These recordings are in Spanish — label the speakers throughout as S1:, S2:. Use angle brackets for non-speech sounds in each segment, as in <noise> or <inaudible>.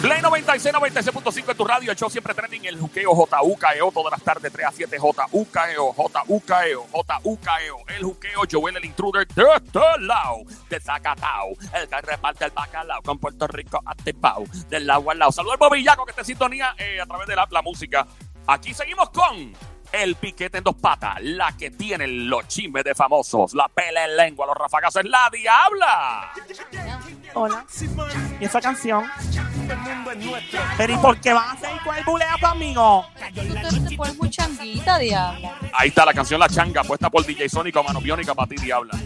S1: KIC 96.5 en tu radio, el show siempre trending, el juqueo JUKEO, E todas las tardes 3 a 7, JUKEO, JUKEO, JUKEO, E el juqueo, Joel el intruder, de este lado, de Zacatao, el que reparte el bacalao, con Puerto Rico a Tepao, del lado al lado. Saludos al Bobillaco que está en sintonía eh, a través de la, la música. Aquí seguimos con el piquete en dos patas, la que tienen los chimes de famosos, la pela en lengua, los rafagazos, la diabla.
S2: Hola. ¿Y esa canción? Pero ¿y por qué van a seguir con el buleo conmigo?
S3: Entonces te pones muy changuita, diablo.
S1: Ahí está la canción La Changa, puesta por DJ Sónico, mano biónica para ti, diabla.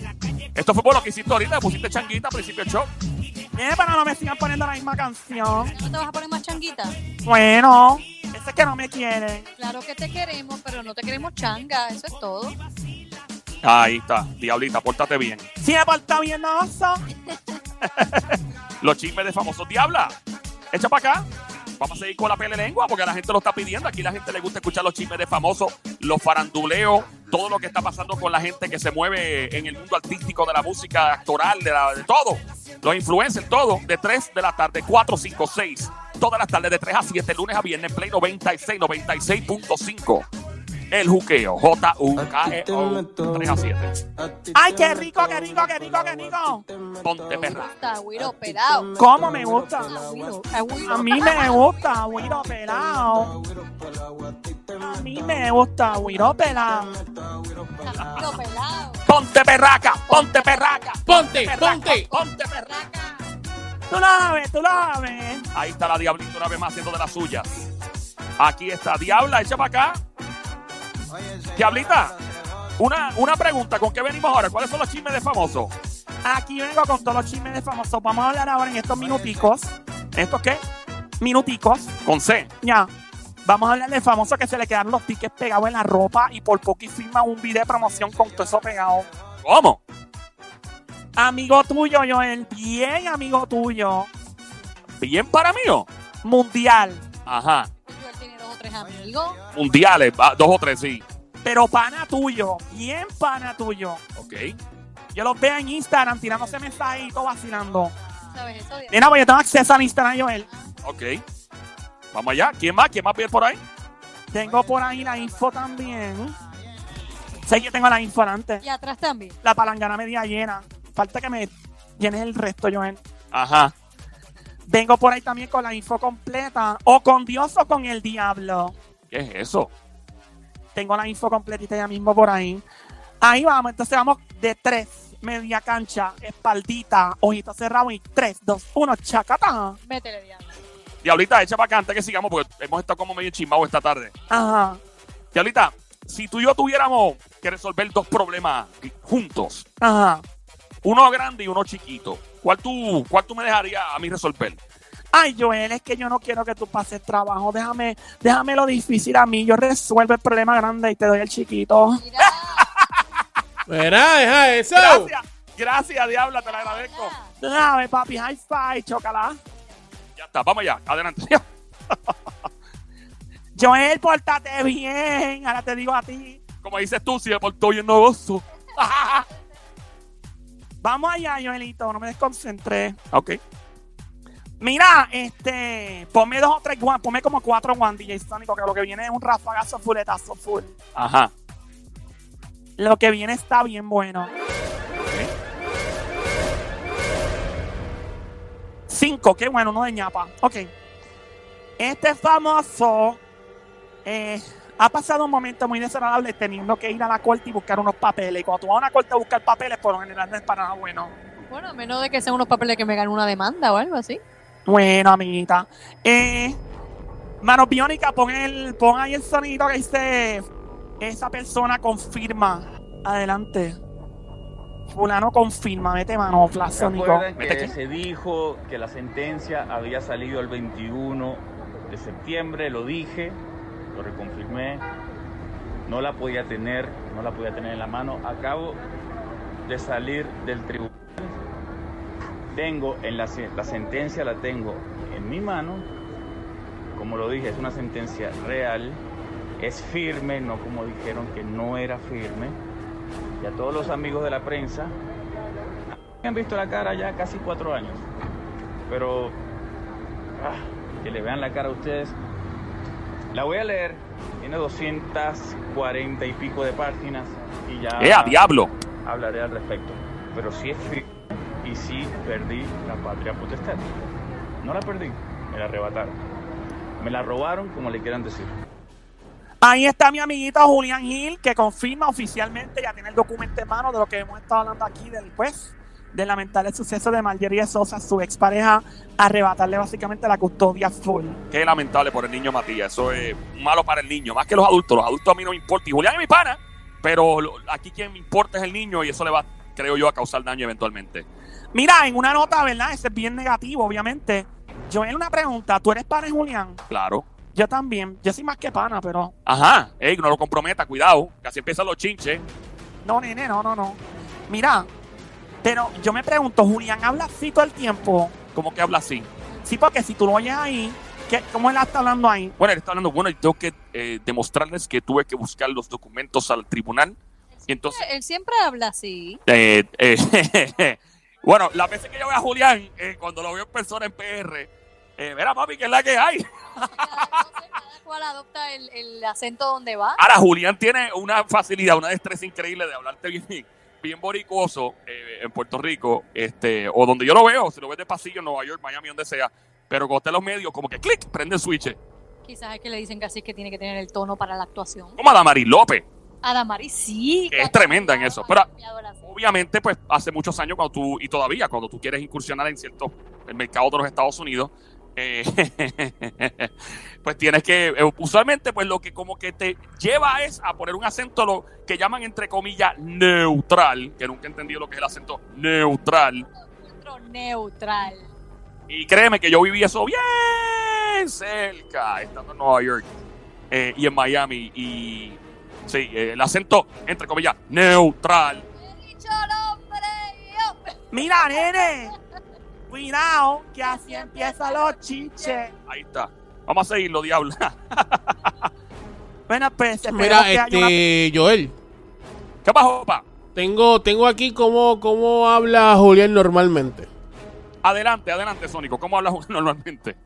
S1: Esto fue por lo que hiciste ahorita, pusiste changuita al principio del show.
S2: Mira, para no me sigan poniendo la misma canción.
S3: ¿No te vas a poner más changuita?
S2: Bueno, eso es que no me quieren.
S3: Claro que te queremos, pero no te queremos changa, eso es todo.
S1: Ahí está, diablita, pórtate bien.
S2: Si me porto bien, no son.
S1: Los chismes de famosos, diabla, echa para acá. Vamos a seguir con la pele lengua porque la gente lo está pidiendo. Aquí la gente le gusta escuchar los chismes de famosos, los faranduleos, todo lo que está pasando con la gente que se mueve en el mundo artístico, de la música, actoral, de, la- de todo. Los influencers, todo. De 3 de la tarde, 4, 5, 6. Todas las tardes de 3 a 7, lunes a viernes, Play 96, 96.5. El juqueo, j u k e o 3 a 7.
S2: Ay, qué rico, qué rico, qué rico, qué rico.
S1: Ponte perra.
S3: Está güiro pelado.
S2: ¿Cómo me gusta?
S3: Agüiro, agüiro.
S2: A mí me gusta agüiro pelado. A mí me gusta agüiro pelado.
S3: Agüiro pelado.
S1: Ponte perraca, ponte perraca,
S4: Ponte,
S1: perraca,
S4: ponte.
S1: ponte perraca.
S2: Tú lo sabes, tú lo sabes.
S1: Ahí está la diablita una vez más haciendo de las suyas. Aquí está, diabla, echa para acá. Diablita, una, una pregunta, ¿con qué venimos ahora? ¿Cuáles son los chismes de famosos?
S2: Aquí vengo con todos los chismes de famosos. Vamos a hablar ahora en estos minuticos.
S1: ¿Estos qué?
S2: Minuticos.
S1: Con C.
S2: Ya. Vamos a hablar del famoso que se le quedaron los tickets pegados en la ropa y por poco y firma un video de promoción con todo eso pegado.
S1: ¿Cómo?
S2: Amigo tuyo, Joel. Bien, amigo tuyo.
S1: Bien para mí. ¿o?
S2: Mundial.
S1: Ajá.
S3: Joel tiene dos o tres amigos.
S1: Mundiales, va, dos o tres, sí.
S2: Pero pana tuyo. Bien pana tuyo.
S1: Ok.
S2: Yo los veo en Instagram tirándose mensajitos vacilando.
S3: ¿Sabes eso? Diablo?
S2: Mira, pues yo tengo acceso al Instagram, Joel.
S1: Ok. Vamos allá. ¿Quién más? ¿Quién más viene por ahí?
S2: Tengo por ahí la info también. Sé que tengo la info antes.
S3: Y atrás también.
S2: La palangana media llena. Falta que me llenes el resto, Joel.
S1: Ajá.
S2: Vengo por ahí también con la info completa. O con Dios o con el diablo.
S1: ¿Qué es eso?
S2: Tengo la info completita ya mismo por ahí. Ahí vamos. Entonces vamos de tres. Media cancha, espaldita, ojito cerrado y tres, dos, uno, chacata.
S3: Métele, diablo.
S1: Diablita, echa para acá antes que sigamos porque hemos estado como medio chismados esta tarde.
S2: Ajá.
S1: Diablita, si tú y yo tuviéramos que resolver dos problemas juntos,
S2: Ajá.
S1: uno grande y uno chiquito, ¿cuál tú, cuál tú me dejarías a mí resolver?
S2: Ay, Joel, es que yo no quiero que tú pases trabajo. Déjame, déjame lo difícil a mí. Yo resuelvo el problema grande y te doy el chiquito.
S3: Mira.
S4: Mira, deja eso.
S1: Gracias, gracias, Diabla, te la agradezco.
S2: Tú sabes, papi, high five, chocala.
S1: Ya está, vamos allá, adelante. <laughs>
S2: Joel, pórtate bien. Ahora te digo a ti. <laughs>
S1: Como dices tú, si me portó bien no gozo.
S2: Vamos allá, Joelito, no me desconcentré.
S1: ok.
S2: Mira, este, ponme dos o tres guan, ponme como cuatro guan, DJ Sónico, que lo que viene es un rafagazo fuletazo full.
S1: Ajá.
S2: Lo que viene está bien bueno. Cinco, qué bueno, uno de ñapa. Ok. Este famoso eh, ha pasado un momento muy desagradable teniendo que ir a la corte y buscar unos papeles. Y cuando tú vas a una corte a buscar papeles, por lo general no es para nada bueno.
S3: Bueno, a menos de que sean unos papeles que me ganen una demanda o algo así.
S2: Bueno, amiguita. Eh, Manos biónica, pon, el, pon ahí el sonido que dice esa persona confirma. Adelante. Fulano confirma, vete mano, sónico.
S5: ¿Recuerdan
S1: Vete aquí.
S5: que se dijo que la sentencia había salido el 21 de septiembre? Lo dije, lo reconfirmé. No la podía tener, no la podía tener en la mano. Acabo de salir del tribunal. Tengo en la, sen- la sentencia la tengo en mi mano. Como lo dije, es una sentencia real, es firme, no como dijeron que no era firme. Y a todos los amigos de la prensa, me han visto la cara ya casi cuatro años. Pero ah, que le vean la cara a ustedes. La voy a leer, tiene 240 y pico de páginas y ya
S1: ¡Eh, a diablo!
S5: hablaré al respecto. Pero sí es fi- y sí perdí la patria potestad. No la perdí, me la arrebataron. Me la robaron, como le quieran decir.
S2: Ahí está mi amiguito Julián Gil, que confirma oficialmente, ya tiene el documento en mano de lo que hemos estado hablando aquí del juez, del lamentable suceso de Marjorie Sosa, su expareja, arrebatarle básicamente la custodia full.
S1: Qué lamentable por el niño Matías. Eso es malo para el niño, más que los adultos. Los adultos a mí no me importa. Y Julián es mi pana, pero lo- aquí quien me importa es el niño y eso le va, creo yo, a causar daño eventualmente.
S2: Mira, en una nota, ¿verdad? Ese es bien negativo, obviamente. Joel, una pregunta. ¿Tú eres pana de Julián?
S1: Claro.
S2: Yo también. Yo soy más que pana, pero...
S1: Ajá, ey, no lo comprometa, cuidado. Casi empiezan los chinches.
S2: No, nene, no, no, no. Mira, pero yo me pregunto, ¿Julián habla así todo el tiempo?
S1: ¿Cómo que habla así?
S2: Sí, porque si tú lo oyes ahí, ¿qué, ¿cómo él está hablando ahí?
S1: Bueno, él está hablando, bueno, yo tengo que eh, demostrarles que tuve que buscar los documentos al tribunal. Y entonces,
S3: Él siempre habla así.
S1: eh, eh, <laughs> bueno, las veces que yo veo a Julián, eh, cuando lo veo en persona en PR, eh, verá, papi, que es la que hay.
S3: Entonces, cada cual adopta el, el acento donde va.
S1: Ahora, Julián tiene una facilidad, una destreza increíble de hablarte bien, bien boricuoso eh, en Puerto Rico, este, o donde yo lo veo, si lo ves de pasillo en Nueva York, Miami, donde sea, pero cuando está en los medios, como que clic, prende el switch.
S3: Quizás es que le dicen que así es que tiene que tener el tono para la actuación.
S1: Como a Damaris López.
S3: Adamari sí.
S1: Que es
S3: ha
S1: tremenda en
S3: cambiado,
S1: eso.
S3: ha
S1: Pero-
S3: cambiado el acento.
S1: Obviamente, pues hace muchos años cuando tú, y todavía cuando tú quieres incursionar en cierto el mercado de los Estados Unidos, eh, <laughs> pues tienes que, eh, usualmente, pues lo que como que te lleva es a poner un acento lo que llaman entre comillas neutral, que nunca he entendido lo que es el acento neutral.
S3: Encuentro neutral.
S1: Y créeme que yo viví eso bien cerca, estando en Nueva York eh, y en Miami. Y sí, eh, el acento, entre comillas, neutral.
S3: He dicho nombre y hombre.
S2: Mira, nene, cuidado, que así empiezan los chiches.
S1: Ahí está. Vamos a seguirlo, diablo. <laughs>
S2: Bueno, pues esperemos
S4: Mira,
S2: que haya una-
S4: este, Joel,
S1: ¿Qué pasó, pa?
S4: tengo, tengo aquí cómo, cómo habla Julián normalmente.
S1: Adelante, adelante, Sónico. ¿Cómo hablas <laughs> normalmente?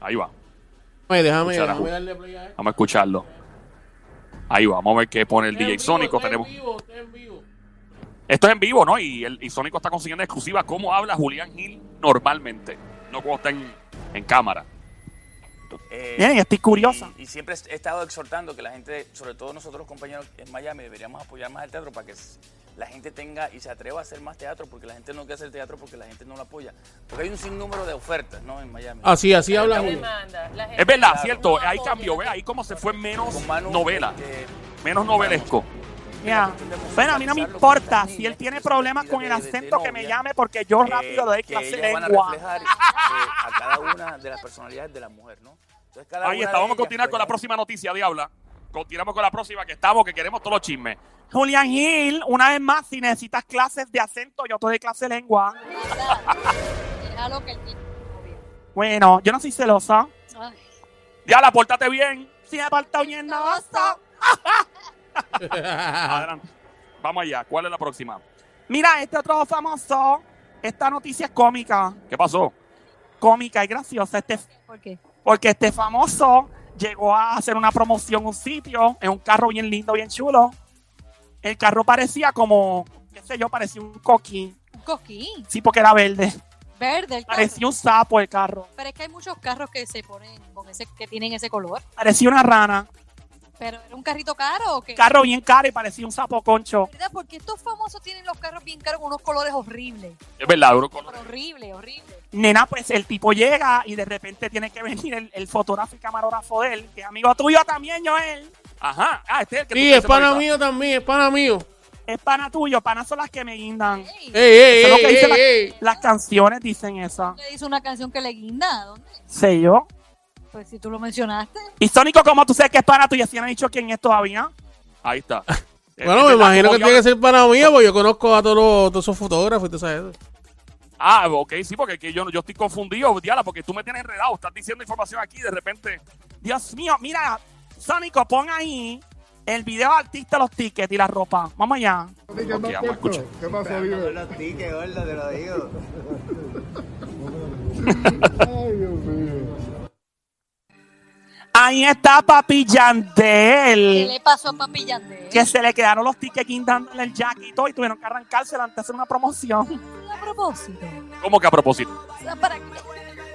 S1: Ahí va.
S4: Oye, déjame,
S1: Escuchar a
S4: déjame
S1: Ju-
S4: darle play a esto.
S1: Vamos a escucharlo. Ahí va. Vamos a ver qué pone el
S4: Está en
S1: DJ
S4: vivo,
S1: Sónico.
S4: está en
S1: Tenemos...
S4: vivo, está en vivo.
S1: Esto es en vivo, ¿no? Y, el, y Sónico está consiguiendo exclusiva cómo habla Julián Gil normalmente. No cuando está en, en cámara.
S6: Eh,
S2: Nene, yo estoy curiosa.
S6: Y, y siempre he estado exhortando que la gente, sobre todo nosotros los compañeros en Miami, deberíamos apoyar más al teatro para que s- la gente tenga y se atreva a hacer más teatro, porque la gente no quiere hacer teatro porque la gente no lo apoya. Porque hay un sinnúmero de ofertas, ¿no? En Miami.
S1: Ah,
S4: Así, así habla
S6: Está bien.
S4: Julián.
S1: Es verdad, cierto. Ahí cambió, ve. Ahí cómo se fue menos
S6: Con Manu,
S1: novela.
S6: eh,
S1: Menos novelesco.
S2: Ya. Bueno, a mí no me importa. Si él tiene problemas con el acento, que me llame, porque yo rápido le doy
S6: eh, que
S2: clase de
S6: ellas van a
S2: lengua.
S6: reflejar eh, a cada una de las personalidades de la mujer, ¿no? Entonces, cada
S1: Ahí
S6: una
S1: está.
S6: de
S1: Vamos a
S6: ellas,
S1: continuar
S6: pues,
S1: con la
S6: ya-
S1: próxima noticia, diabla. Continuamos con la próxima que estamos, que queremos todos los chismes.
S2: Julián Gil, una vez más, si necesitas clases de acento, yo te doy clase de lengua.
S3: Déjalo que el niño.
S2: Bueno, yo no soy celosa.
S3: Ay,
S1: Diabla, pórtate bien.
S2: Si me falta bien nada, basta.
S4: <laughs>
S1: Ah. Adelante. Vamos allá. ¿Cuál es la próxima?
S2: Mira, este otro famoso, esta noticia es cómica.
S1: ¿Qué pasó?
S2: Cómica y graciosa. Este,
S3: ¿Por qué?
S2: porque este famoso llegó a hacer una promoción en un sitio, en un carro bien lindo, bien chulo. El carro parecía como, qué sé yo, parecía un coquín.
S3: Un cosquín.
S2: Sí, porque era verde.
S3: Verde el carro.
S2: Parecía un sapo el carro.
S3: Pero es que hay muchos carros que se ponen con ese, que tienen ese color.
S2: Parecía una rana.
S3: Pero era un carrito caro o qué?
S2: Carro bien caro y parecía un sapo concho.
S3: ¿Verdad? Porque estos famosos tienen los carros bien caros con unos colores horribles.
S1: Es verdad, uno
S3: Pero
S1: conoce.
S3: horrible, horrible.
S2: Nena, pues el tipo llega y de repente tiene que venir el, el fotógrafo y camarógrafo de él, que es amigo tuyo también, Joel.
S1: Ajá. Ah, este es el que tú
S4: Sí,
S1: dices
S4: es pana
S1: ahorita.
S4: mío también, es pana mío.
S2: Es pana tuyo, pana son las que me guindan.
S3: Ey,
S1: Eh.
S4: Ey, ey,
S2: Eso es lo
S4: ey,
S2: que dice
S4: ey,
S2: la-
S4: ey.
S2: Las canciones dicen eso.
S3: Le hizo una canción que le guinda. ¿Dónde?
S2: Sé yo.
S3: Pues si tú lo mencionaste.
S2: Y Sónico, ¿cómo tú sabes que es pana tuya si no han dicho quién es todavía?
S1: Ahí está. Eh,
S4: <laughs> Bueno, me
S1: es verdad,
S4: imagino que tiene
S1: como
S4: que
S1: diabla-
S4: ser pana mío, porque yo conozco a todos, los- todos esos fotógrafos y tú sabes eso.
S1: Ah, ok, sí, porque que yo, yo estoy confundido, Diala, porque tú me tienes enredado. Estás diciendo información aquí de repente.
S2: Dios mío, mira, Sónico, pon ahí el video de artista, los tickets y la ropa. Vamos allá.
S1: Ok, vamos a escuchar.
S7: ¿Qué pasó, vive?
S8: Los tickets, gordo, te lo digo.
S2: Ahí está Papi
S3: ¿Qué
S2: Yandel.
S3: le pasó a Papi Yandel?
S2: Que se le quedaron los tickets King dándole el jack y todo y tuvieron que arrancárselo antes de hacer una promoción. <laughs>
S3: a propósito?
S1: ¿Cómo que a propósito?
S3: O sea, ¿Para qué?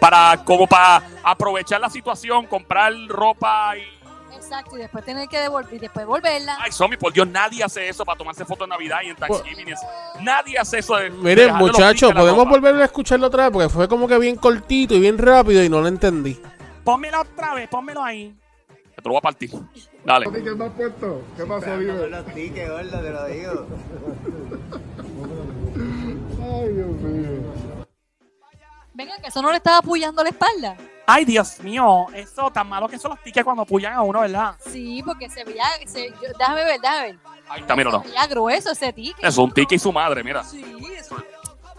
S1: Para, como para aprovechar la situación, comprar ropa y.
S3: Exacto, y después tener que devolver y después volverla.
S1: Ay, Somi, por Dios, nadie hace eso para tomarse fotos en Navidad y en
S4: Pues-
S1: Thanksgiving. y eso. Nadie hace eso. de- de
S4: Miren,
S1: dejarle los tickets
S4: muchachos,
S1: en la
S4: podemos
S1: ropa.
S4: volver a escucharlo otra vez porque fue como que bien cortito y bien rápido y no lo entendí.
S2: Pónmelo otra vez, pónmelo ahí.
S1: Te lo voy a partir. Dale.
S7: ¿Qué me has puesto? ¿Qué pasó,
S8: Pero
S7: vive?
S8: no los tickets, gordo, te lo digo.
S7: Ay, Dios mío.
S3: Venga, que eso no le estaba apoyando la espalda.
S2: Ay, Dios mío, eso tan malo que son los tickets cuando apoyan a uno, ¿verdad?
S3: Sí, porque se veía. Se, yo- déjame ver, déjame ver.
S1: Ahí está, míralo.
S3: Se veía grueso ese ticket.
S1: Eso, un tique y su madre, mira.
S3: Sí, eso.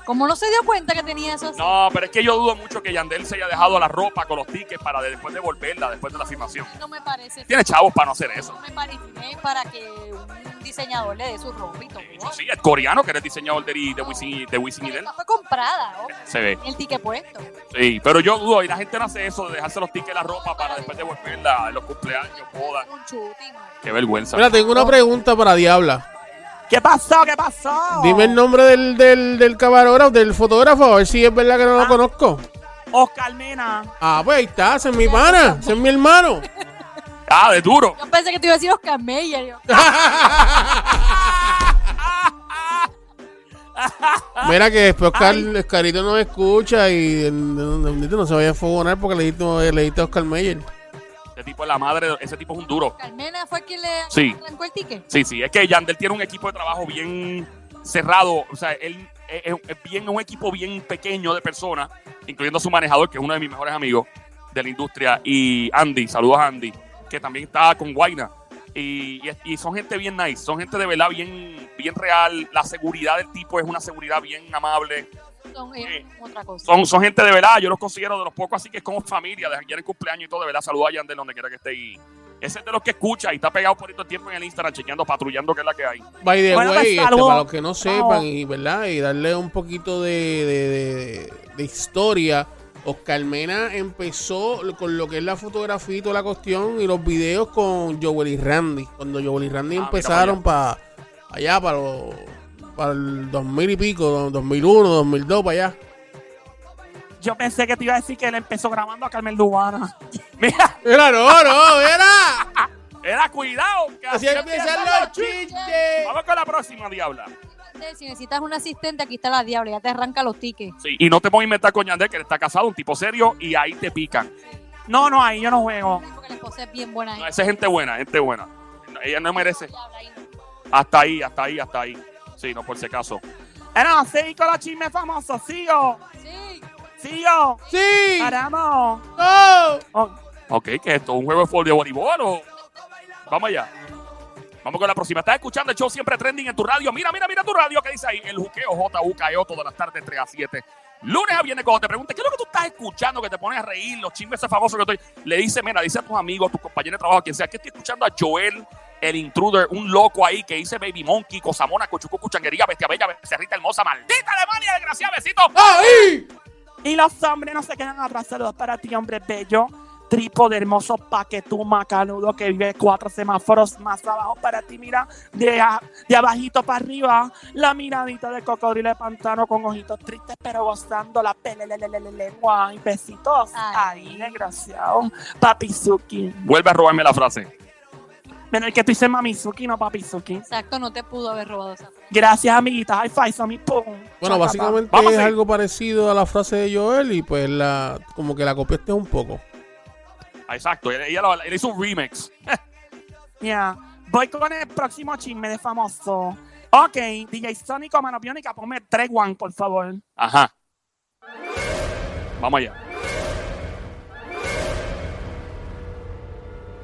S3: Como no se dio cuenta que tenía eso así?
S1: No, pero es que yo dudo mucho que Yandel se haya dejado la ropa con los tickets para de- después devolverla, después de la filmación.
S3: No me parece.
S1: Tiene chavos para no hacer eso.
S3: No me parece para que un diseñador le dé su ropa y todo.
S1: De hecho, sí, el coreano que eres diseñador de, de Wisin y- de Wisin y
S3: Pero
S1: Yandel.
S3: esta fue comprada, ¿no?
S1: Se ve.
S3: El ticket puesto.
S1: Sí, pero yo dudo, y la gente no hace eso de dejarse los tickets en la ropa para después devolverla en los cumpleaños, bodas.
S3: Un shooting.
S1: Qué vergüenza.
S4: Mira, tengo una pregunta para Diabla.
S2: ¿Qué pasó? ¿Qué pasó?
S4: Dime el nombre del, del, del camarógrafo, del fotógrafo, a ver si es verdad que no lo
S2: Ah.
S4: conozco.
S2: Oscar Mena.
S4: Ah, pues ahí está, ese es mi pana, ese es mi hermano. <laughs>
S1: Ah, de duro.
S3: Yo pensé que te iba a decir Oscar Meyer. Yo,
S4: Mira que después Oscar,
S2: Ay.
S4: Oscarito no me escucha y eh, no, no, no se vaya a fogonar porque le diste, le diste a Oscar Meyer.
S1: Ese tipo es la madre, ese tipo es un duro.
S3: Carmena fue quien le
S1: Sí.
S3: arrancó el ticket.
S1: Sí, sí, es que Yandel tiene un equipo de trabajo bien cerrado, o sea, él es, es- es bien, un equipo bien pequeño de personas, incluyendo su manejador, que es uno de mis mejores amigos de la industria, y Andy, saludos a Andy, que también está con Guaina. Y, y- y son gente bien nice, son gente de verdad bien, bien real, la seguridad del tipo es una seguridad bien amable,
S3: Son, eh, otra cosa.
S1: son, son gente de verdad, yo los considero de los pocos, así que es como familia, de ayer el cumpleaños y todo, de verdad, saludos a Yandel donde quiera que esté. Y ese es de los que escucha y está pegado por todo el tiempo en el Instagram, chequeando, patrullando, que es la que hay.
S4: By the
S2: Bueno, pues,
S4: way, este,
S2: saludos.
S4: para los que no sepan,
S2: Vamos.
S4: y, ¿verdad? Y darle un poquito de, de- de- de historia. Oscar Mena empezó con lo que es la fotografía y toda la cuestión y los videos con Joel y Randy. Cuando Joel y Randy
S1: Ah, mira
S4: empezaron para allá, para los para el 2000 y pico, 2001, 2002, para allá.
S2: Yo pensé que te iba a decir que él empezó grabando a Carmen Dubana. <laughs> Mira,
S4: Era, no, no, era.
S1: Era cuidado. Que
S4: Así empiezan los chistes.
S1: Vamos con la próxima, diabla.
S3: Yandel, Si necesitas un asistente, aquí está la diabla, ya te arranca los tickets.
S1: Sí, y no te puedes inventar con Yandel, que él está casado, un tipo serio, y ahí te pican.
S2: no, no, ahí yo no juego.
S3: Porque la esposa es bien buena.
S1: No,
S3: ahí.
S1: esa es gente buena, gente buena. No, Ella no merece.
S3: Diabla, ahí no.
S1: Hasta ahí, hasta ahí, hasta ahí. Sí, no, por si acaso.
S2: Era sí, con los chismes famosos, sigo,
S3: Sí,
S2: sigo.
S4: Sí.
S2: Caramba.
S4: No.
S2: Oh,
S1: Ok, ¿qué es esto? ¿Un juego de fútbol de voleibol o...? Vamos allá. Vamos con la próxima. Estás escuchando el show siempre trending en tu radio. Mira, mira, mira tu radio. ¿Qué dice ahí? El juqueo J.U.K.E.O. E todas las tardes 3 a 7. Lunes a viernes cuando te pregunten ¿qué es lo que tú estás escuchando? Que te pones a reír, los chismes esos famosos que estoy... Le dice, mira, dice a tus amigos, tus compañeros de trabajo, quien sea, que estoy escuchando a Joel, el intruder, un loco ahí que dice Baby Monkey, Cosamona, Cochucucu, Changuería, Bestia Bella, Becerrita Hermosa, Maldita Alemania, desgraciada, besito.
S4: Ahí.
S2: Y los hombres no se quedan atrás. Saludos para ti, hombre bello. Trípode hermoso, paquetuma, canudo, que vive cuatro semáforos más abajo para ti. Mira, de, a- de abajito para arriba, la miradita de cocodrilo de pantano con ojitos tristes, pero gozando la pele, le, le, le, le, lengua y besitos.
S3: Ay.
S2: Ahí, desgraciado. Papizuki.
S1: Vuelve a robarme la frase.
S2: Bueno, el que tú dices mamizuki, no papizuki.
S3: exacto, no te pudo haber robado esa.
S2: Gracias, amiguita. High five, Sammy. Pum.
S4: Bueno,
S2: Chacata.
S4: básicamente
S1: Vamos a
S4: es
S1: seguir.
S4: algo parecido a la frase de Joel y pues la como que la copiaste un poco.
S1: Ah, Exacto, ella, ella lo- le hizo un remix.
S2: Ya, Voy con el próximo chisme de famoso. Ok, DJ Sónico, mano biónica, ponme Treguan, por favor.
S1: Ajá. Vamos allá.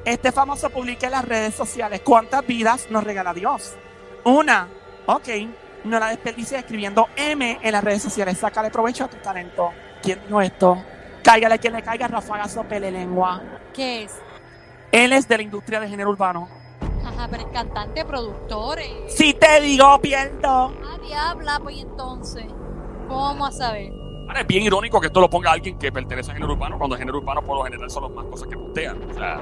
S2: Este famoso publica en las redes sociales. ¿Cuántas vidas nos regala Dios? Una. Ok, no la desperdicies escribiendo M en las redes sociales. Sácale provecho a tu talento. ¿Quién dijo esto? Cáigale quien le caiga, rafagazo, pele lengua.
S3: ¿Qué es?
S2: Él es de la industria de género urbano.
S3: Ajá, pero es cantante, productor. eh.
S2: Si te digo, pierdo.
S3: Ah, diabla, pues ¿y entonces. ¿Cómo a saber?
S1: Ahora, es bien irónico que esto lo ponga alguien que pertenece al género urbano, cuando el género urbano por lo general son las más cosas que postean. O sea, <laughs>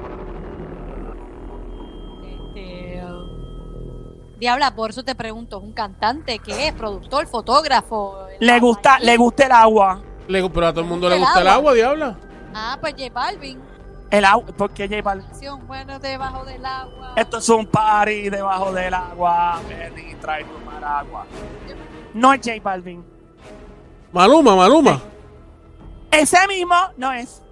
S3: Este, um, Diabla, por eso te pregunto, ¿es un cantante que es? ¿Productor, fotógrafo?
S2: Le gusta, le gusta el agua.
S4: Le- pero a todo el mundo le
S3: El
S4: gusta el
S3: agua.
S4: agua, diabla.
S3: Ah, pues J Balvin.
S2: El agua, porque J Balvin.
S3: Acción, bueno, debajo del agua.
S2: Esto es un party debajo del agua. Ven y trae tu maragua. No es J Balvin.
S4: Maluma, Maluma.
S2: Ese mismo no es.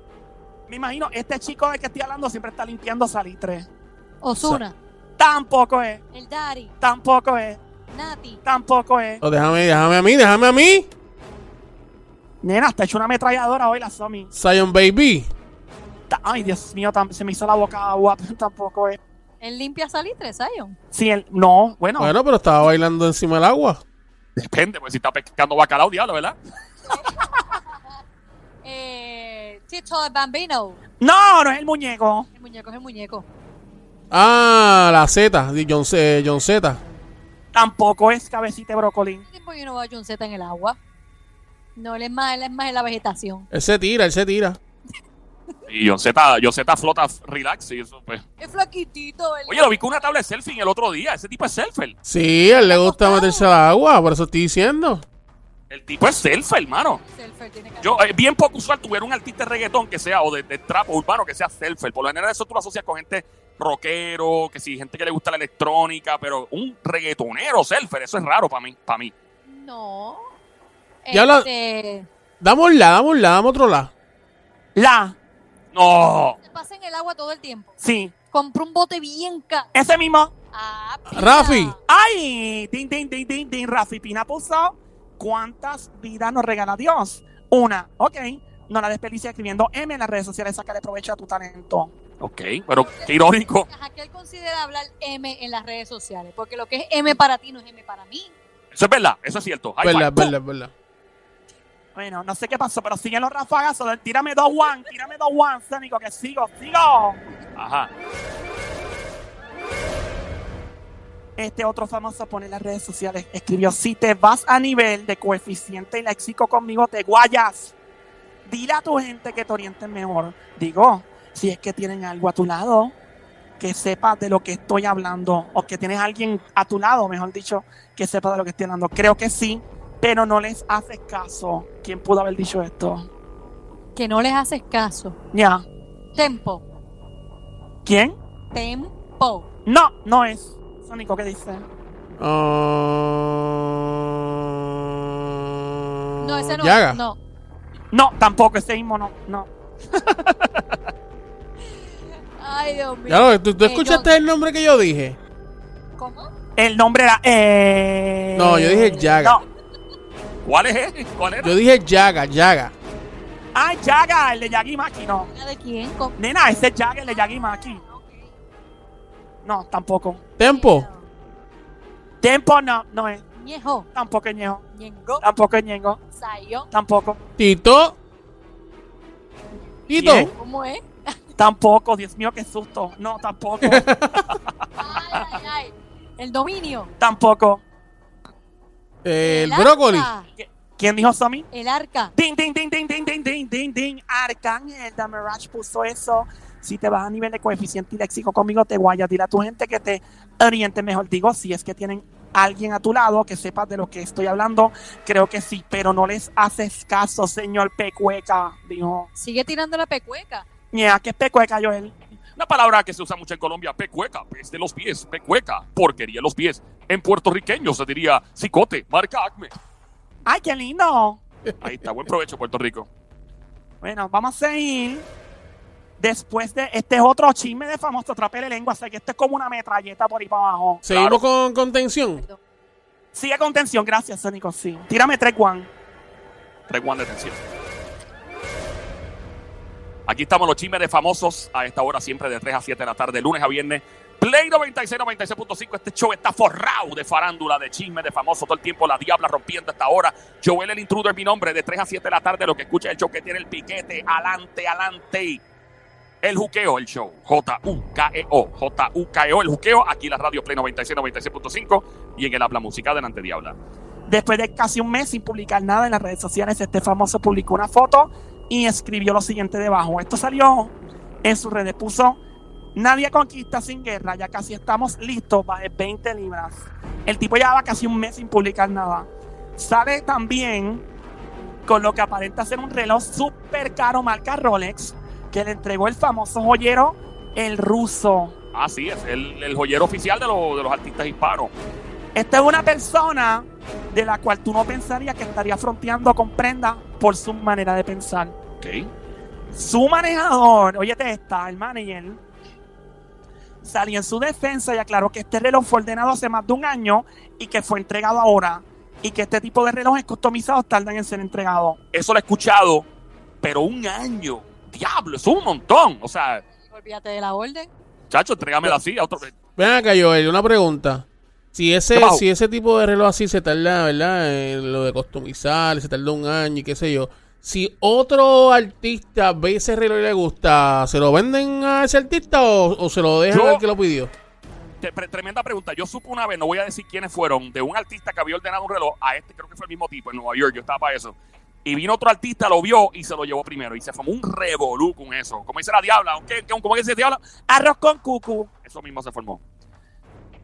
S2: Me imagino, este chico del que estoy hablando siempre está limpiando salitre.
S3: Osuna,
S2: Tampoco es,
S3: el Dari,
S2: tampoco es,
S3: Nati.
S2: tampoco es.
S4: Oh, déjame, déjame a mí, déjame a mí.
S2: Nena, está hecho una ametralladora hoy la Somi.
S4: Zion Baby.
S2: Ta- Ay, Dios mío, tam- se me hizo la boca agua. <laughs> Tampoco es.
S3: El limpia salitre, Zion.
S2: Sí, él, no, bueno.
S4: Bueno, pero estaba bailando encima del agua.
S1: depende, pues si está pescando bacalao, diablo, ¿verdad?
S3: Eh, Tito el Bambino.
S2: No, no es el muñeco.
S3: El muñeco es el muñeco.
S4: Ah, la Z, de John, Z- John Z.
S2: Tampoco es cabecita de brócoli.
S3: ¿Qué tiempo yo no veo a John Z en el agua? No, él es más, él es más en la vegetación.
S4: Él se tira, él se tira.
S1: Y John Z, John Z flota relax y eso, pues.
S3: Es flaquitito, él.
S1: Oye, lo vi con una tabla de selfie el otro día. Ese tipo es selfie.
S4: Sí, a él le gusta
S3: Acostado.
S4: meterse al agua, por eso estoy diciendo.
S1: El tipo es selfie, hermano.
S3: Selfer tiene cara-
S1: Yo, es bien poco usual tuviera un artista de reggaetón que sea, o de, de trap o urbano que sea selfie. Por lo general, eso tú lo asocias con gente rockero, que sí, gente que le gusta la electrónica, pero un reggaetonero selfie, eso es raro para mí. Para mí.
S3: No.
S4: Ya lo-
S3: Este,
S4: Dámosla, dámosla, damos otro lado.
S2: La,
S1: No.
S3: Se pasa en el agua todo el tiempo.
S2: sí.
S3: Compró un bote bien caro.
S2: Ese mismo.
S3: Ah, mira.
S4: Rafi.
S2: Ay, din, din, din, din, din. Rafi Pina Pulsao. ¿Cuántas vidas nos regala Dios? Una, ok. No la desperdicia escribiendo M en las redes sociales. Sácale provecho a tu talento.
S1: Ok, pero qué irónico.
S3: Ajá, que él considera hablar M en las redes sociales, porque lo que es M para ti no es M para mí.
S1: Eso es verdad, eso es cierto. High
S4: Verdad,
S1: five.
S4: verdad, verdad.
S2: Bueno, no sé qué pasó, pero siguen los rafagazos. Tírame dos one, tírame dos one, Sónico, que sigo, sigo.
S1: Pum. Ajá.
S2: Este otro famoso pone en las redes sociales. Escribió: Si te vas a nivel de coeficiente y léxico conmigo, te guayas. Dile a tu gente que te orienten mejor. Digo, si es que tienen algo a tu lado, que sepas de lo que estoy hablando. O que tienes alguien a tu lado, mejor dicho, que sepa de lo que estoy hablando. Creo que sí, pero no les haces caso. ¿Quién pudo haber dicho esto?
S3: Que no les haces caso.
S2: Ya.
S3: Tempo.
S2: ¿Quién?
S3: Tempo.
S2: No, no es. Sónico, ¿qué dice?
S4: Ah,
S3: No, ese no.
S4: Yaga.
S3: No.
S2: No, tampoco, ese mismo no. No.
S3: Ay, Dios mío.
S4: Ya lo- ¿tú, tú
S3: Eh,
S4: escuchaste
S3: John-
S4: el nombre que yo dije?
S3: ¿Cómo?
S2: El nombre era. Eh...
S4: No, yo dije Yaga.
S2: No.
S1: ¿Cuál es él? ¿Cuál era?
S4: Yo dije Yaga, Yaga.
S2: Ah, Yaga, el de Yagimaki, no.
S3: ¿La ¿De quién? ¿Con...
S2: Nena, ese es Yaga, el de Yagimaki.
S3: Ah, ok.
S2: No, tampoco.
S4: Tempo.
S2: Tempo, no, no es.
S3: Ñejo.
S2: Tampoco es Ñejo.
S3: Ñengo.
S2: Tampoco es Ñengo.
S3: Sayo.
S2: Tampoco.
S4: Tito. Tito.
S2: ¿Quién?
S3: ¿Cómo es?
S2: Tampoco, Dios mío, qué susto. No,
S4: <laughs>
S2: tampoco.
S3: Ay, ay, ay. El dominio.
S2: tampoco.
S4: El
S3: arca.
S4: brócoli.
S2: ¿Quién dijo Somi?
S3: El arca.
S2: Ding, ding, ding, ding, ding, ding, ding, ding, ding. Arcángel de Mirage puso eso. Si te vas a nivel de coeficiente y léxico conmigo, te guayas. Dile a tu gente que te oriente mejor. Digo, si es que tienen alguien a tu lado que sepas de lo que estoy hablando, creo que sí, pero no les haces caso, señor Pecueca. Dijo,
S3: Sigue tirando la pecueca.
S2: ñea, ¿qué es Pecueca, Joel?
S1: Una palabra que se usa mucho en Colombia, pecueca, pez de los pies, pecueca, porquería en los pies. En puertorriqueño se diría cicote, marca acme.
S2: ¡Ay, qué lindo!
S1: Ahí está, buen provecho, Puerto Rico.
S2: Bueno, vamos a seguir. Después de este es otro chisme de famoso trapele lengua, así que esto es como una metralleta por ahí para abajo.
S4: Seguimos con, con tensión.
S2: Sigue con tensión, gracias, Sónico. Sí, tírame tres guan.
S1: Reguán de atención. Aquí estamos los chismes de famosos a esta hora, siempre de 3 a 7 de la tarde, lunes a viernes. Play 96, 96.5. Este show está forrado de farándula, de chisme, de famoso. Todo el tiempo la diabla rompiendo hasta ahora. Joel el intruder es mi nombre. De 3 a 7 de la tarde, lo que escucha es el show que tiene el piquete. Adelante, adelante. El juqueo, el show. J-U-K-E-O. E J-U-K-E-O, el juqueo. Aquí en la radio Play 96, 96.5. Y en el habla música. Adelante, diabla.
S2: Después de casi un mes sin publicar nada en las redes sociales, este famoso publicó una foto y escribió lo siguiente debajo. Esto salió en sus redes. Puso, nadie conquista sin guerra, ya casi estamos listos, bajé 20 libras. El tipo llevaba casi un mes sin publicar nada. Sale también con lo que aparenta ser un reloj súper caro marca Rolex que le entregó el famoso joyero, el ruso.
S1: Ah, sí, es el, el joyero oficial de, los- de los artistas hispanos.
S2: Esta es una persona de la cual tú no pensarías que estaría fronteando con prenda por su manera de pensar.
S1: Ok.
S2: Su manejador, óyete esta, el manager, salió en su defensa y aclaró que este reloj fue ordenado hace más de un año y que fue entregado ahora. Y que este tipo de relojes customizados tardan en ser entregados.
S1: Eso lo he escuchado, pero un año. Diablo, eso es un montón. O sea,
S3: Olvídate de la orden.
S1: chacho, entrégamela así. A otro...
S4: Ven acá, Joel, una pregunta. Si ese,
S1: Wow.
S4: si ese tipo de reloj así se tarda, ¿verdad? En lo de customizar, se tarda un año y qué sé yo. Si otro artista ve ese reloj y le gusta, ¿se lo venden a ese artista o, o se lo dejan
S1: Yo-
S4: al que lo pidió?
S1: Te- pre- tremenda pregunta. Yo supe una vez, no voy a decir quiénes fueron, de un artista que había ordenado un reloj a este, creo que fue el mismo tipo en Nueva York. Yo estaba para eso. Y vino otro artista, lo vio y se lo llevó primero. Y se formó un revolú con eso. Como dice la diabla, aunque, como dice diabla,
S2: Arroz con cucu.
S1: eso mismo se formó.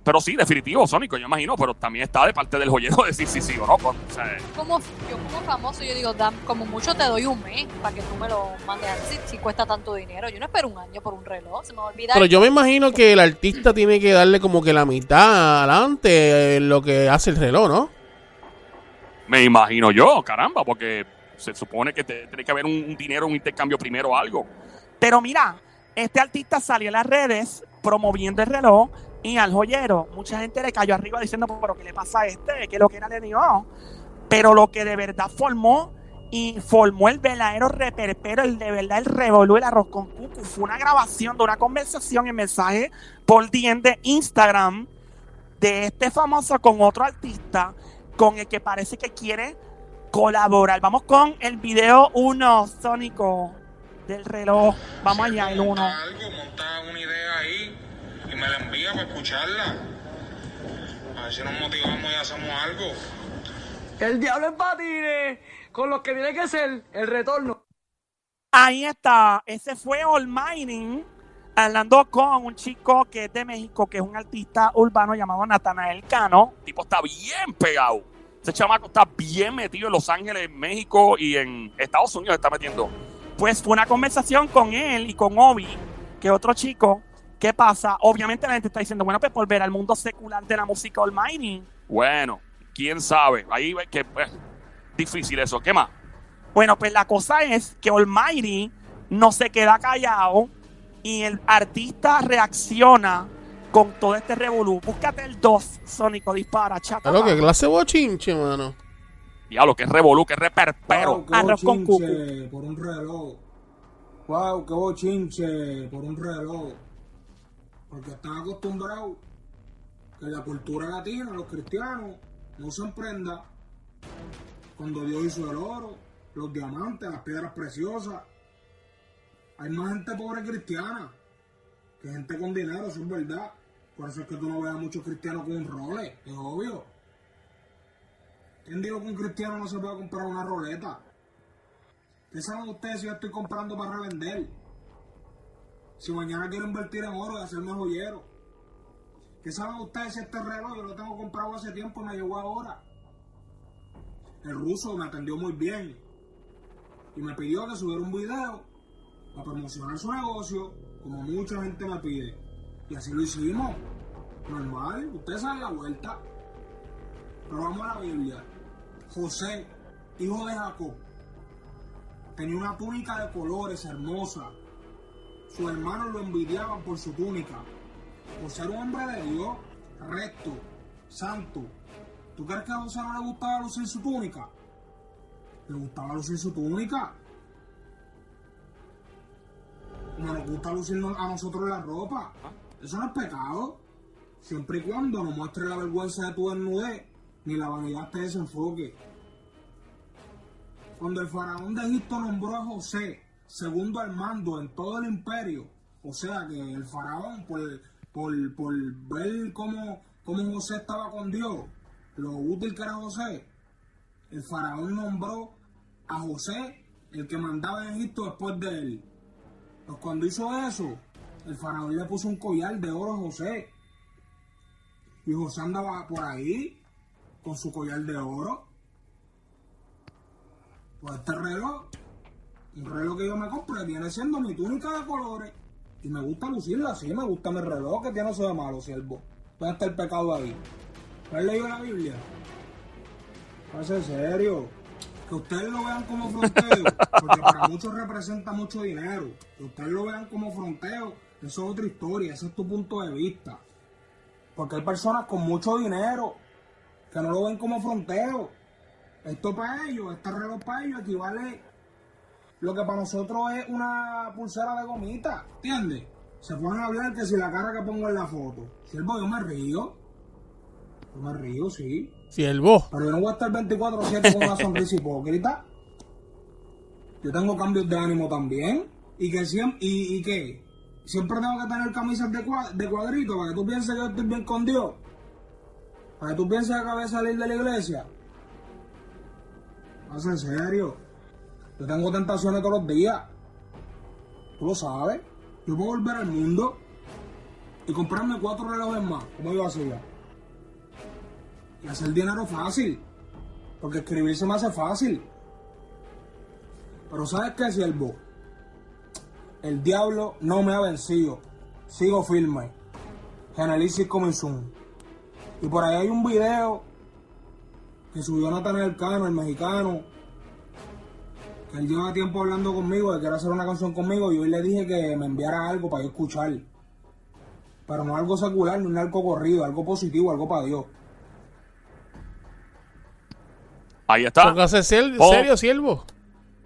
S1: Pero sí, definitivo, Sónico, yo imagino, pero también está de parte del joyero <laughs> decir sí, sí o no. con- o sea,
S3: Como, yo como famoso, yo digo, "Dam- como mucho te doy un mes para que tú me lo mandes así, si cuesta tanto dinero. Yo no espero un año por un reloj, se me olvida.
S4: Pero yo me imagino que el artista tiene que darle como que la mitad adelante en lo que hace el reloj, ¿no?
S1: me imagino yo, caramba, porque se supone que te- tiene que haber un, un dinero, un intercambio primero o algo.
S2: Pero mira, este artista salió en las redes promoviendo el reloj y al joyero. Mucha gente le cayó arriba diciendo, pero ¿qué le pasa a este? ¿Qué lo que era le dio? Pero lo que de verdad formó y formó el verdadero reperpero, el de verdad el revolú, el arroz con cucu, fue una grabación de una conversación en mensaje por DM de Instagram de este famoso con otro artista con el que parece que quiere colaborar. Vamos con el video 1, Sónico del reloj. Vamos allá, el uno.
S9: monta algo, monta una idea ahí y me la envía para escucharla. A ver si nos motivamos y hacemos algo.
S10: El diablo en patines, con los que tiene que ser el retorno.
S2: Ahí está. Ese fue All Mining. Hablando con un chico que es de México, que es un artista urbano llamado Natanael Cano.
S1: El tipo está bien pegado. Ese chamaco está bien metido en Los Ángeles, en México y en Estados Unidos está metiendo.
S2: Pues fue una conversación con él y con Obi, que es otro chico. ¿Qué pasa? Obviamente la gente está diciendo, bueno, pues volver al mundo secular de la música All Mining.
S1: Bueno, quién sabe. Ahí ve que eh, difícil eso. ¿Qué más?
S2: Bueno, pues la cosa es que Almighty no se queda callado y el artista reacciona con todo este revolú. Búscate el 2, Sónico, dispara, chaca.
S4: Claro, que clase bochinche, mano.
S1: Diablo, qué revolú, qué reperpero.
S7: Guau, qué
S2: arroz con
S7: bochinche Por un reloj. Wow, qué bochinche por un reloj. Porque están acostumbrados que la cultura latina, los cristianos, no usan prenda. Cuando Dios hizo el oro, los diamantes, las piedras preciosas. Hay más gente pobre cristiana que gente con dinero, eso es verdad. Por eso es que tú no ves a muchos cristianos con un role, es obvio. ¿Quién dijo que un cristiano no se puede comprar una roleta? ¿Qué saben ustedes si yo estoy comprando para revender? Si mañana quiero invertir en oro y hacerme joyero. ¿Qué saben ustedes si este reloj yo lo tengo comprado hace tiempo y me llegó ahora? El ruso me atendió muy bien y me pidió que subiera un video para promocionar su negocio como mucha gente me pide. Y así lo hicimos. Normal, ustedes saben la vuelta. Pero vamos a la Biblia. José, hijo de Jacob, tenía una túnica de colores hermosa. Sus hermanos lo envidiaban por su túnica. José era un hombre de Dios, recto, santo. ¿Tú crees que a José no le gustaba lucir su túnica? Le gustaba lucir su túnica. Como nos gusta lucir no- a nosotros la ropa. Eso no es pecado. Siempre y cuando no muestre la vergüenza de tu desnudez, ni la vanidad te desenfoque. Cuando el faraón de Egipto nombró a José segundo al mando en todo el imperio, o sea que el faraón, por, por, por ver cómo, cómo José estaba con Dios, lo útil que era José, el faraón nombró a José el que mandaba en Egipto después de él. Pues cuando hizo eso, el faraón le puso un collar de oro a José. Y José andaba por ahí con su collar de oro. Pues este reloj, un reloj que yo me compré, viene siendo mi túnica de colores. Y me gusta lucirla así, me gusta mi reloj, que tiene eso de malo, siervo. ¿Dónde está el pecado ahí? ¿No has leído la Biblia? Pase serio. Que ustedes lo vean como fronteo, porque para muchos representa mucho dinero. Que ustedes lo vean como fronteo, eso es otra historia, ese es tu punto de vista. Porque hay personas con mucho dinero que no lo ven como fronteo. Esto para ellos, este reloj para ellos equivale lo que para nosotros es una pulsera de gomita, ¿entiendes? Se ponen a hablar que si la cara que pongo en la foto. Siervo, yo me río. Yo me río, sí.
S4: Siervo.
S7: Pero yo no voy a estar 24-7 con una sonrisa hipócrita. Yo tengo cambios de ánimo también. Y que siempre, y, y que siempre tengo que tener camisas de, cua- de cuadrito para que tú pienses que yo estoy bien con Dios. Para que tú pienses que acabé de salir de la iglesia. Más en serio. Yo tengo tentaciones todos los días. Tú lo sabes. Yo puedo volver al mundo y comprarme cuatro relojes más, como yo hacía. Y hacer dinero fácil. Porque escribir se me hace fácil. Pero ¿sabes qué, siervo? El diablo no me ha vencido. Sigo firme. Genelisis Comenzum. Y por ahí hay un video que subió Nathan Elcano, el mexicano, que él lleva tiempo hablando conmigo, de que era hacer una canción conmigo, y hoy le dije que me enviara algo para yo escuchar. Pero no algo secular, no algo corrido, algo positivo, algo para Dios.
S1: Ahí
S2: Ah.
S1: está.
S4: Póngase ser-
S1: Oh.
S4: serio, siervo.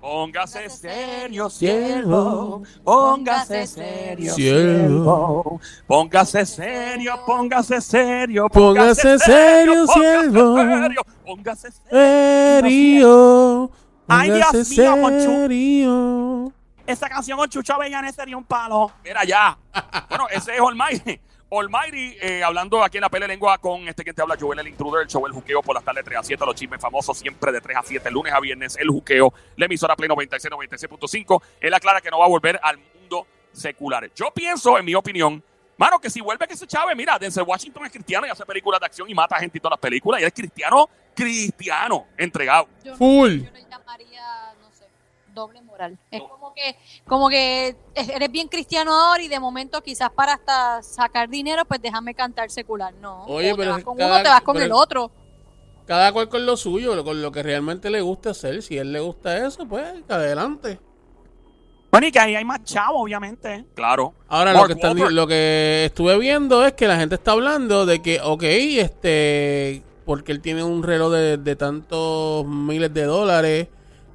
S1: Póngase serio,
S2: Siervo, póngase serio,
S4: Siervo.
S2: siervo. Póngase serio, póngase serio,
S4: Póngase serio, siervo.
S1: serio, póngase serio.
S4: Serio.
S2: Ay, Dios
S4: Póngase
S2: mío, Monchu.
S4: serio.
S2: Esa canción con Chucho Avellanes sería un palo.
S1: Mira ya. <laughs> Bueno, ese es Almighty. Almighty, eh, hablando aquí en la pelea lengua con este que te habla, Joel el Intruder, el show El Juqueo por las tardes 3 a 7, los chismes famosos siempre de 3 a 7, lunes a viernes, El Juqueo, la emisora Play 96, 96.5. Él aclara que no va a volver al mundo secular. Yo pienso, en mi opinión, mano, que si vuelve que ese Chávez, mira, Denzel Washington es cristiano y hace películas de acción y mata gente y todas las películas, y él es cristiano, cristiano, entregado.
S3: Yo no-
S4: Full.
S3: yo le llamaría, no sé, doble moral. Es como que, como que eres bien cristiano ahora y de momento quizás para hasta sacar dinero, pues déjame cantar secular. No,
S4: Oye,
S3: o te
S4: pero
S3: vas con
S4: cada-
S3: uno, te vas con
S4: pero-
S3: el otro.
S4: Cada cual con lo suyo, con lo que realmente le gusta hacer. Si a él le gusta eso, pues adelante.
S2: Bueno, y que ahí hay más chavo, obviamente.
S1: Claro.
S4: Ahora lo
S1: Mark
S4: que, están,
S1: Wahlberg.
S4: lo que estuve viendo es que la gente está hablando de que, ok, este, porque él tiene un reloj de, de tantos miles de dólares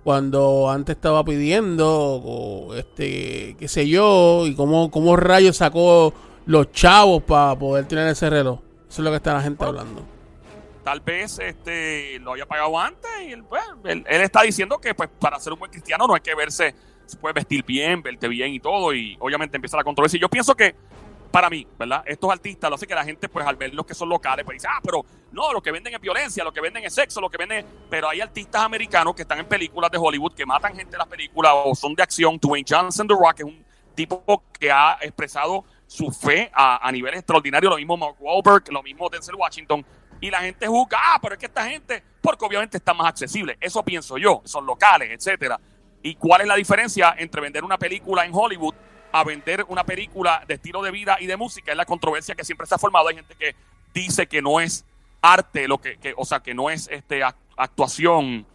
S4: cuando antes estaba pidiendo, o este, qué sé yo, y cómo, cómo rayos sacó los chavos para poder tener ese reloj. Eso es lo que está la gente hablando.
S1: tal vez este lo haya pagado antes y él, pues, él, él está diciendo que pues para ser un buen cristiano no hay que verse se puede vestir bien verte bien y todo y obviamente empieza la controversia Y yo pienso que para mí, ¿verdad? Estos artistas lo hace que la gente, pues al ver los que son locales, pues dice, ah, pero no, lo que venden es violencia, lo que venden es sexo, lo que venden. Pero hay artistas americanos que están en películas de Hollywood que matan gente en las películas o son de acción. Dwayne Johnson, The Rock, es un tipo que ha expresado su fe a, a nivel extraordinario. Lo mismo Mark Wahlberg, lo mismo Denzel Washington. Y la gente juzga, ah, pero es que esta gente, porque obviamente está más accesible. Eso pienso yo, son locales, etcétera. ¿Y cuál es la diferencia entre vender una película en Hollywood a vender una película de estilo de vida y de música? Es la controversia que siempre se ha formado. Hay gente que dice que no es arte, lo que, que- o sea, que no es este ac- actuación,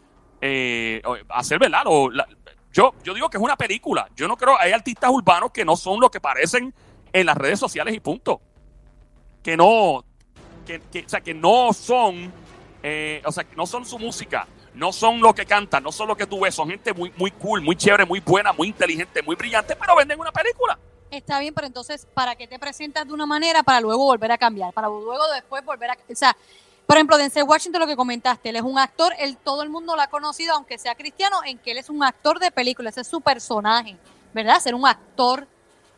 S1: eh, o- hacer, ¿verdad? O la- yo, yo digo que es una película. Yo no creo, hay artistas urbanos que no son lo que parecen en las redes sociales y punto. Que no, que, que- o sea, que no son, eh, o sea, que no son su música, no son lo que cantan, no son lo que tú ves, son gente muy, muy cool, muy chévere, muy buena, muy inteligente, muy brillante, pero venden una película.
S3: Está bien, pero entonces, ¿para qué te presentas de una manera para luego volver a cambiar? Para luego después volver a... O sea, por ejemplo, Denzel Washington, lo que comentaste, él es un actor, él todo el mundo lo ha conocido, aunque sea cristiano, en que él es un actor de película, ese es su personaje, ¿verdad? Ser un actor.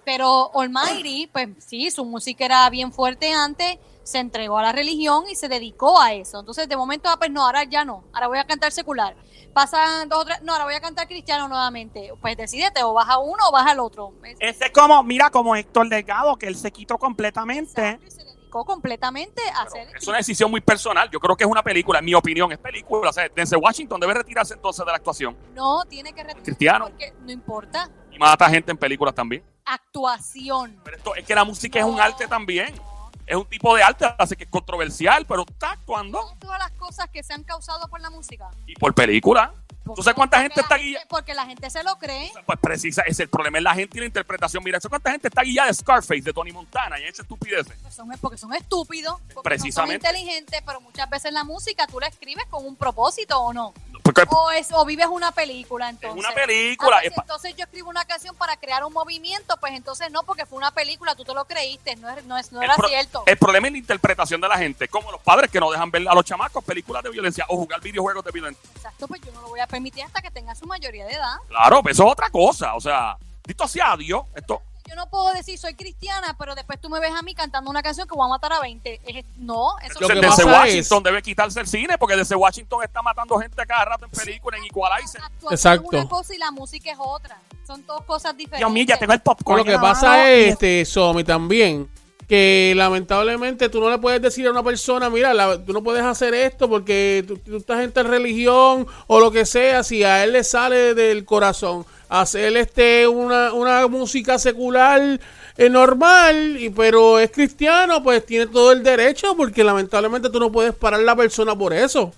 S3: Pero Almighty, pues sí, su música era bien fuerte antes, se entregó a la religión y se dedicó a eso. Entonces, de momento, ah, pues no, ahora ya no, ahora voy a cantar secular. Pasan dos o tres, no, ahora voy a cantar cristiano nuevamente. Pues decidete, o vas a uno o vas al otro.
S2: Ese es como, mira, como Héctor Delgado, que él se quitó completamente.
S3: Y se dedicó completamente a hacer.
S1: Es una decisión muy personal. Yo creo que es una película, en mi opinión, es película. O sea, Denzel Washington debe retirarse entonces de la actuación.
S3: No, tiene que retirarse
S1: Cristiano.
S3: porque no importa.
S1: Y mata gente en películas también.
S3: Actuación.
S1: Pero esto es que la música es un arte también. Es un tipo de arte, así que es controversial, pero está actuando
S3: No Todas las cosas que se han causado por la música.
S1: y por película. ¿Tú sabes cuánta
S3: Porque
S1: gente
S3: la
S1: está guillada?
S3: Porque la gente se lo cree.
S1: Pues precisa, es el problema es la gente y la interpretación. Mira, ¿sabes cuánta gente está guillada de Scarface, de Tony Montana y ha hecho estupideces?
S3: Pues son- porque son estúpidos, porque no
S1: Precisamente.
S3: son inteligentes, pero muchas veces la música tú la escribes con un propósito o no.
S1: Porque
S3: O, es, o vives una película entonces.
S1: una película,
S3: Ah, pues,
S1: es pa-
S3: entonces yo escribo una canción para crear un movimiento, pues entonces no, porque fue una película, tú te lo creíste, no, es- no, es, no
S1: el,
S3: era
S1: pro-
S3: cierto.
S1: el problema es la interpretación de la gente, como los padres que no dejan ver a los chamacos películas de violencia o jugar videojuegos de violencia.
S3: Exacto, pues yo no lo voy a permitir hasta que tenga su mayoría de edad.
S1: Claro, pues eso es otra cosa. O sea, dito sea Dios, esto
S3: Yo no puedo decir soy cristiana, pero después tú me ves a mí cantando una canción que voy a matar a 20. Es- no, eso
S4: Lo
S1: Desde
S4: que
S1: desde
S4: pasa
S1: Washington debe quitarse el cine porque desde Washington está matando gente a cada rato en películas, en Equalizer.
S3: La actuación
S4: Exacto.
S3: es una cosa y la música es otra. Son dos cosas diferentes.
S2: Dios mío, ya tengo el popcorn.
S4: Lo que
S2: en la mano
S4: pasa
S2: y
S4: es, este, Somi, también, que lamentablemente tú no le puedes decir a una persona, mira, la- tú no puedes hacer esto porque tú, tú estás en tal religión o lo que sea, si a él le sale del corazón hacer este, una, una música secular eh, normal, y, pero es cristiano, pues tiene todo el derecho porque lamentablemente tú no puedes parar la persona por eso.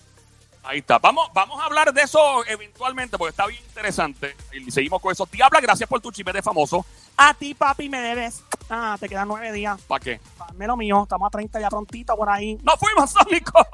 S1: Ahí está. Vamos, vamos a hablar de eso eventualmente porque está bien interesante. Y seguimos con eso. Diabla, gracias por tu chisme de famoso.
S2: A ti, papi, me debes. Ah, te quedan nueve días.
S1: ¿Para qué?
S2: Dame lo mío. Estamos a 30 ya prontito por ahí.
S1: ¡No fuimos, Sónico!